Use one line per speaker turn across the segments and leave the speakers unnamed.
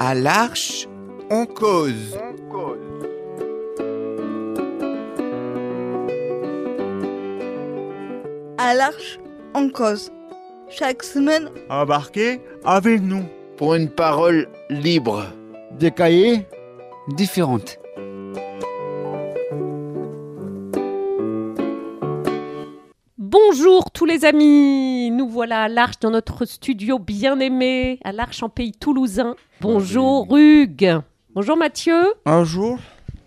À l'arche, on cause.
À l'arche, on cause. Chaque semaine,
Embarquez avec nous.
pour une parole libre.
Des cahiers
différentes.
Bonjour tous les amis, nous voilà à l'Arche dans notre studio bien aimé, à l'Arche en pays toulousain. Bonjour Hugues, bonjour Mathieu,
Un jour,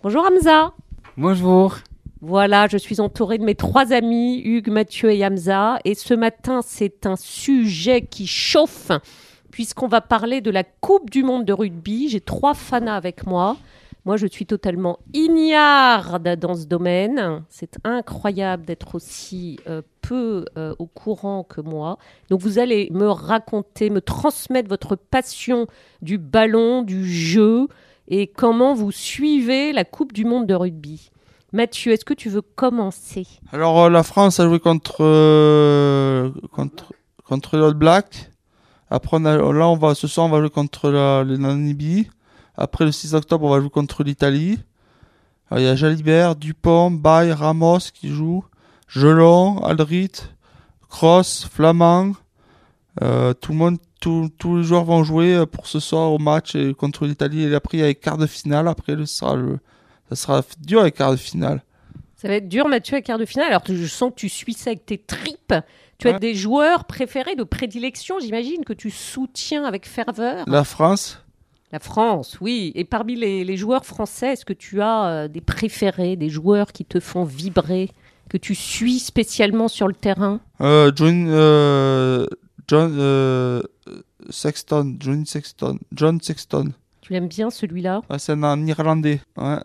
bonjour Hamza.
Bonjour.
Voilà, je suis entourée de mes trois amis, Hugues, Mathieu et Hamza. Et ce matin, c'est un sujet qui chauffe, puisqu'on va parler de la Coupe du Monde de rugby. J'ai trois fanas avec moi. Moi, je suis totalement ignarde dans ce domaine. C'est incroyable d'être aussi euh, peu euh, au courant que moi. Donc, vous allez me raconter, me transmettre votre passion du ballon, du jeu et comment vous suivez la Coupe du Monde de rugby. Mathieu, est-ce que tu veux commencer
alors euh, la France a joué contre euh, contre contre l'All Black. Après on a- là on va ce soir on va jouer contre la, le Namibie. Après le 6 octobre on va jouer contre l'Italie. Alors, Il y a Jalibert, Dupont, Bay, Ramos qui joue, Gelon, Aldrit, Cross, Flamand. Euh, tout le monde, tout- tous les joueurs vont jouer euh, pour ce soir au match euh, contre l'Italie. Et après il y a les quarts de finale. Après le sera le- ça sera dur les quarts de finale.
Ça va être dur, Mathieu, à quart de finale. Alors, je sens que tu suis ça avec tes tripes. Tu as
Ouais.
des joueurs préférés de prédilection, j'imagine, que tu soutiens avec ferveur.
La France.
La France, oui. Et parmi les, les joueurs français, est-ce que tu as euh, des préférés, des joueurs qui te font vibrer, que tu suis spécialement sur le terrain
Euh, John, euh, John euh, Sexton, John Sexton, John Sexton.
Tu l'aimes bien, celui-là
Ah, c'est un, un Irlandais. Ouais.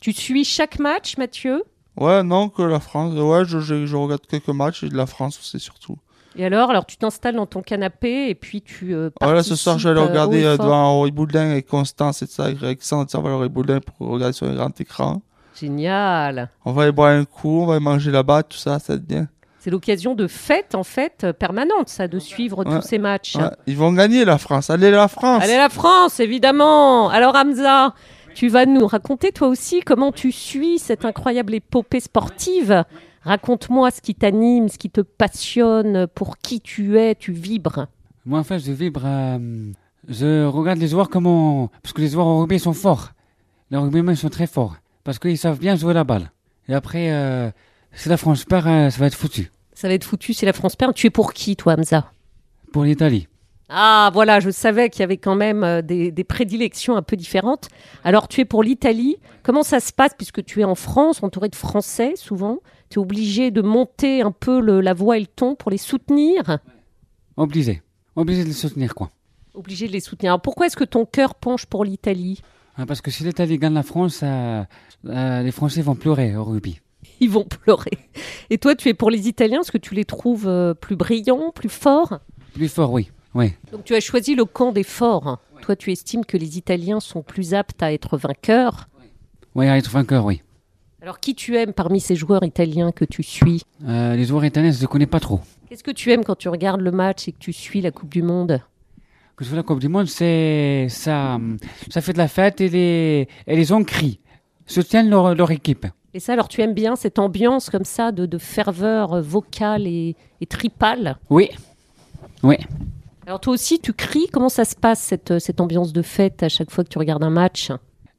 Tu suis chaque match, Mathieu
ouais, non, que la France. Ouais, je, je, je regarde quelques matchs et de la France aussi surtout.
Et alors, alors tu t'installes dans ton canapé et puis tu. euh,
Ah, là, ce soir, j'allais
participes, euh,
regarder
haut et
euh,
fort.
devant Henri Boudin et Constance et tout ça, avec Alexandre, on va aller au Boudin pour regarder sur un grand écran.
Génial.
On va aller boire un coup, on va aller manger là-bas, tout ça, ça va être bien.
C'est l'occasion de fête, en fait, euh, permanente, ça, de suivre
Ouais.
tous ces matchs.
Ouais, ils vont gagner la France. Allez la France.
Allez, la France, évidemment Alors, Hamza, tu vas nous raconter, toi aussi, comment tu suis cette incroyable épopée sportive. Raconte-moi ce qui t'anime, ce qui te passionne, pour qui tu es, tu vibres.
Moi, en fait, je vibre. euh, je regarde les joueurs comment. Parce que les joueurs au rugby sont forts. Les rugbymen sont très forts. Parce qu'ils savent bien jouer la balle. Et après, euh, si la France perd, euh, ça va être foutu.
Ça va être foutu si la France perd. Tu es pour qui, toi, Hamza
Pour l'Italie.
Ah, voilà, je savais qu'il y avait quand même euh, des, des prédilections un peu différentes. Alors, tu es pour l'Italie. Comment ça se passe puisque tu es en France, entouré de Français souvent Tu es obligé de monter un peu le- la voix et le ton pour les soutenir
Obligé. Obligé de les soutenir, quoi.
Obligé de les soutenir. Alors, pourquoi est-ce que ton cœur penche pour l'Italie
Hein, Parce que si l'Italie gagne la France, euh, euh, les Français vont pleurer au rugby.
Ils vont pleurer. Et toi, tu es pour les Italiens parce que tu les trouves euh, plus brillants, plus forts
Plus fort, oui. Oui.
Donc, tu as choisi le camp des forts. Toi, tu estimes que les Italiens sont plus aptes à être vainqueurs.
Oui, à être vainqueur, oui.
Alors, qui tu aimes parmi ces joueurs italiens que tu suis
Euh, les joueurs italiens, je ne connais pas trop.
Qu'est-ce que tu aimes quand tu regardes le match et que tu suis la Coupe du Monde
Que ce soit la Coupe du Monde, c'est ça, ça fait de la fête et les, et les gens crient, soutiennent leur, leur équipe.
Et ça, alors tu aimes bien cette ambiance comme ça de, de ferveur euh, vocale et, et tripale
Oui,
Alors toi aussi, tu cries Comment ça se passe cette, euh, cette ambiance de fête à chaque fois que tu regardes un match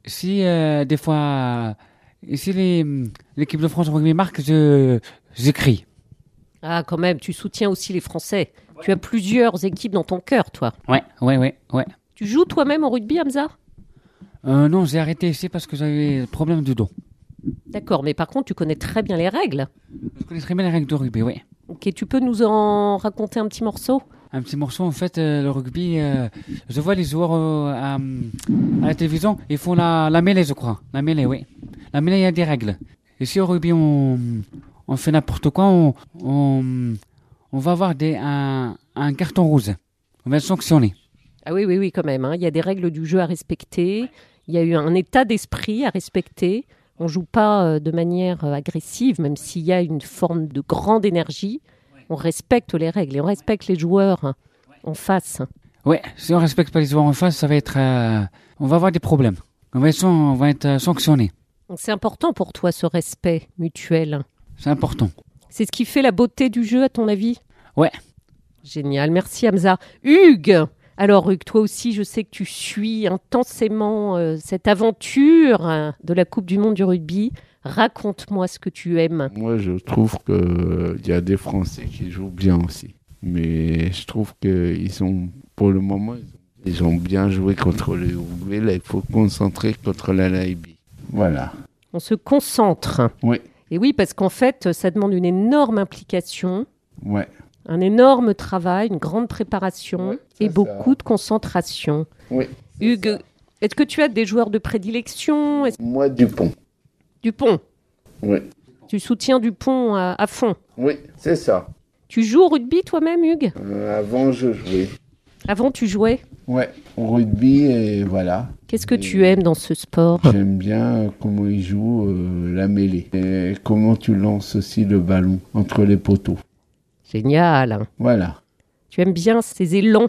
si euh, des fois, euh, si les- l'équipe de France rugby marque, je, je crie.
Ah, quand même, tu soutiens aussi les Français. Tu as plusieurs équipes dans ton cœur, toi.
Ouais, ouais, ouais, ouais.
Tu joues toi-même au rugby, Hamza
Euh, non, j'ai arrêté ici parce que j'avais problème du dos.
D'accord, mais par contre, tu connais très bien les règles.
Je connais très bien les règles du rugby, oui.
Ok, tu peux nous en raconter un petit morceau
Un petit morceau, en fait, euh, le rugby, euh, je vois les joueurs euh, à, à la télévision, ils font la, la mêlée, je crois. La mêlée, oui. La mêlée, il y a des règles. Ici, au rugby, on, on fait n'importe quoi, on, on, on va avoir des, un, un carton rouge. On va le sanctionner.
Ah oui, oui, oui, quand même. hein. Il y a des règles du jeu à respecter. Il y a eu un état d'esprit à respecter. On joue pas euh, de manière euh, agressive, même s'il y a une forme de grande énergie. On respecte les règles et on respecte les joueurs hein, en face.
Ouais, si on respecte pas les joueurs en face, ça va être, euh, on va avoir des problèmes. On va être, san- on va être euh, sanctionné.
Donc c'est important pour toi ce respect mutuel.
C'est important.
C'est ce qui fait la beauté du jeu, à ton avis
Ouais.
Génial, merci Hamza. Hugues Alors Hugues, toi aussi, je sais que tu suis intensément euh, cette aventure euh, de la Coupe du Monde du rugby. Raconte-moi ce que tu aimes.
Moi, je trouve qu'il y a des Français qui jouent bien aussi. Mais je trouve qu'ils sont, pour le moment, ils ont bien joué contre le Uruguay. Là, il faut concentrer contre la Libye. Voilà.
On se concentre.
Oui.
Et oui, parce qu'en fait, ça demande une énorme implication,
Ouais.
un énorme travail, une grande préparation
Ouais,
et
ça,
beaucoup de concentration.
Oui,
Hugues, est-ce que tu as des joueurs de prédilection Est-ce-
Moi, Dupont.
Dupont,
Oui.
tu soutiens Dupont à- à fond.
Oui, c'est ça.
Tu joues au rugby toi-même, Hugues
Euh, avant, je jouais.
Avant, tu jouais.
Ouais, au rugby, et voilà.
Qu'est-ce que
Et-
tu aimes dans ce sport
J'aime bien euh, comment ils jouent euh, la mêlée. Et comment tu lances aussi le ballon entre les poteaux.
Génial. hein.
Voilà.
Tu aimes bien ces élans.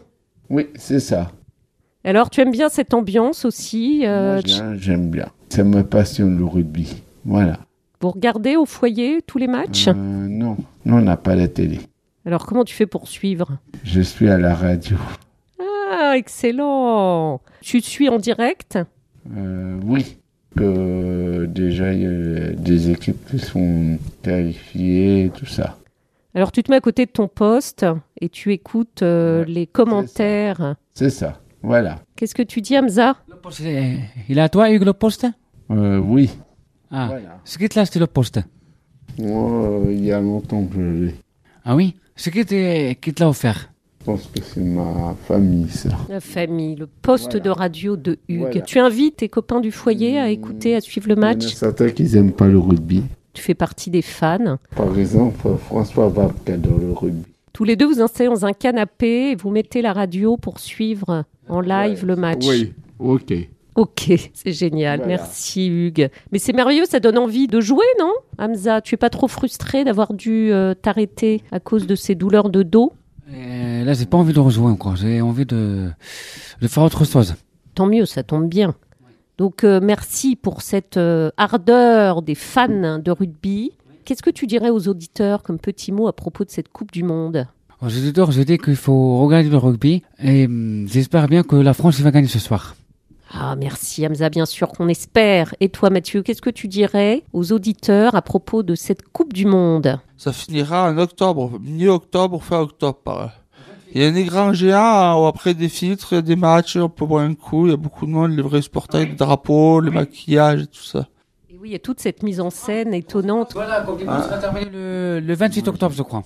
Oui, c'est ça.
Alors, tu aimes bien cette ambiance aussi. euh,
Moi, j'ai- J'aime bien. Ça me passionne le rugby. Voilà.
Vous regardez au foyer tous les matchs
Euh, non, non, on n'a pas la télé.
Alors, comment tu fais pour suivre
Je suis à la radio.
Ah, excellent Tu suis en direct
Euh, oui. Que euh, déjà, il y a des équipes qui sont qualifiées et tout ça.
Alors, tu te mets à côté de ton poste et tu écoutes euh,
Ouais,
les commentaires.
C'est ça. Voilà.
Qu'est-ce que tu dis, Hamza
Le poste, euh, il est à toi, Hugues, le poste
Euh, oui.
Ah,
Voilà.
ce qui te laisse, c'est le poste.
Moi, euh, il y a longtemps que je l'ai.
Ah oui Ce qui te, qui te l'a offert.
Je pense que c'est ma famille, ça.
La famille, le poste
Voilà.
de radio de Hugues.
Voilà. Hmm,
Tu invites tes copains du foyer à écouter, à suivre le
Il y en a
match.
certains qui n'aiment pas le rugby.
Tu fais partie des fans.
Par exemple, François Babka dans le rugby.
Tous les deux, vous installez dans un canapé et vous mettez la radio pour suivre en live le match.
ok.
Ok, c'est génial.
Voilà.
Merci Hugues. Mais c'est merveilleux, ça donne envie de jouer, non Hamza, tu es pas trop frustré d'avoir dû euh, t'arrêter à cause de ces douleurs de dos
Euh, là, j'ai pas envie de rejouer encore. J'ai envie de, de faire autre chose.
Tant mieux, ça tombe bien. Donc euh, merci pour cette euh, ardeur des fans de rugby. Qu'est-ce que tu dirais aux auditeurs comme petit mot à propos de cette Coupe du Monde
Alors, Je dis d'or, je dis qu'il faut regarder le rugby et hum, j'espère bien que la France va gagner ce soir.
Ah, merci Hamza, bien sûr qu'on espère. Et toi Mathieu, qu'est-ce que tu dirais aux auditeurs à propos de cette Coupe du Monde
Ça finira en octobre, mi-octobre, fin octobre. par là. Il y a des grands géants hein, où après des filtres, il y a des matchs, on peut boire un coup, il y a beaucoup de monde, les vrais sportifs, les drapeaux, le maquillage et tout ça.
Et oui, il y a toute cette mise en scène étonnante.
Voilà, comme ça va terminer le, 28 octobre, je crois.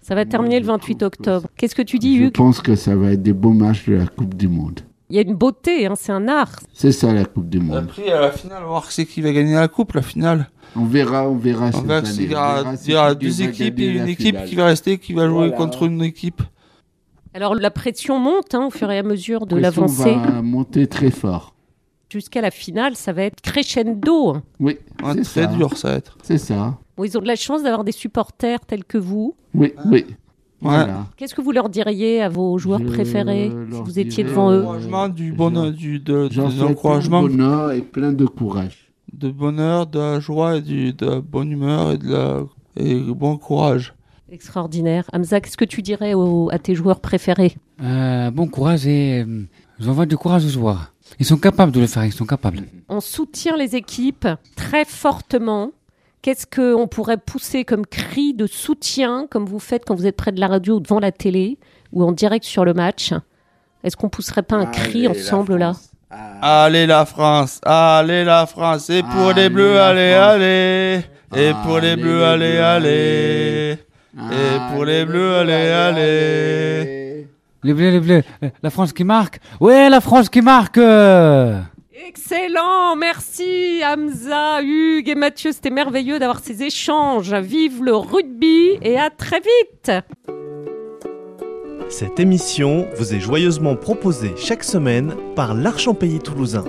Ça va terminer le 28 octobre. Qu'est-ce que tu dis
Je
Hugues
pense que ça va être des beaux matchs de la Coupe du Monde.
Il y a une beauté, hein, c'est un art.
C'est ça la Coupe du Monde.
Après, à la finale, on va voir qui c'est qui va gagner la coupe, la finale.
On verra, on verra.
Euh, On
cette
va
année.
il y
On verra
aura
si
il y aura
qui
deux
va
équipes et
gagner la
une équipe
finale.
qui va rester, qui va jouer
Voilà.
contre une équipe.
Alors la pression monte hein, au fur et à mesure de
La pression bah,
l'avancée.
va monter très fort.
Jusqu'à la finale, ça va être crescendo. hein.
Oui,
Ouais,
c'est
très
ça.
dur, ça va être.
C'est ça.
Bon, ils ont de la chance d'avoir des supporters tels que vous.
Oui, oui.
Ouais.
Voilà.
Qu'est-ce que vous leur diriez à vos joueurs
Je
préférés si
leur
vous étiez
dirais- euh,
devant eux
Encouragement, du
je-
bonheur, du, de, des
J'en souhaite plein de
encouragements,
bonheur et plein de courage.
de bonheur, de la joie, et du, de la bonne humeur et de la, et bon courage.
Extraordinaire. Hamza, qu'est-ce que tu dirais aux- à tes joueurs préférés
Euh, bon courage et hum, j'envoie du courage aux joueurs. Ils sont capables de le faire, ils sont capables.
On soutient les équipes très fortement. Qu'est-ce qu'on pourrait pousser comme cri de soutien, comme vous faites quand vous êtes près de la radio ou devant la télé, ou en direct sur le match Est-ce qu'on pousserait
Ah,
pas un cri ensemble là
Allez la France, allez la France, et pour les
Allez
bleus,
la
allez,
France.
allez, et pour les
Allez
bleus,
les
allez,
Bleus,
allez.
Ah,
Et pour les bleus, allez, allez.
Les bleus, les bleus, euh, la France qui marque. Ouais, la France qui marque euh.
Excellent, merci Hamza, Hugues et Mathieu, c'était merveilleux d'avoir ces échanges. Vive le rugby et à très vite
Cette émission vous est joyeusement proposée chaque semaine par l'Archempayé toulousain.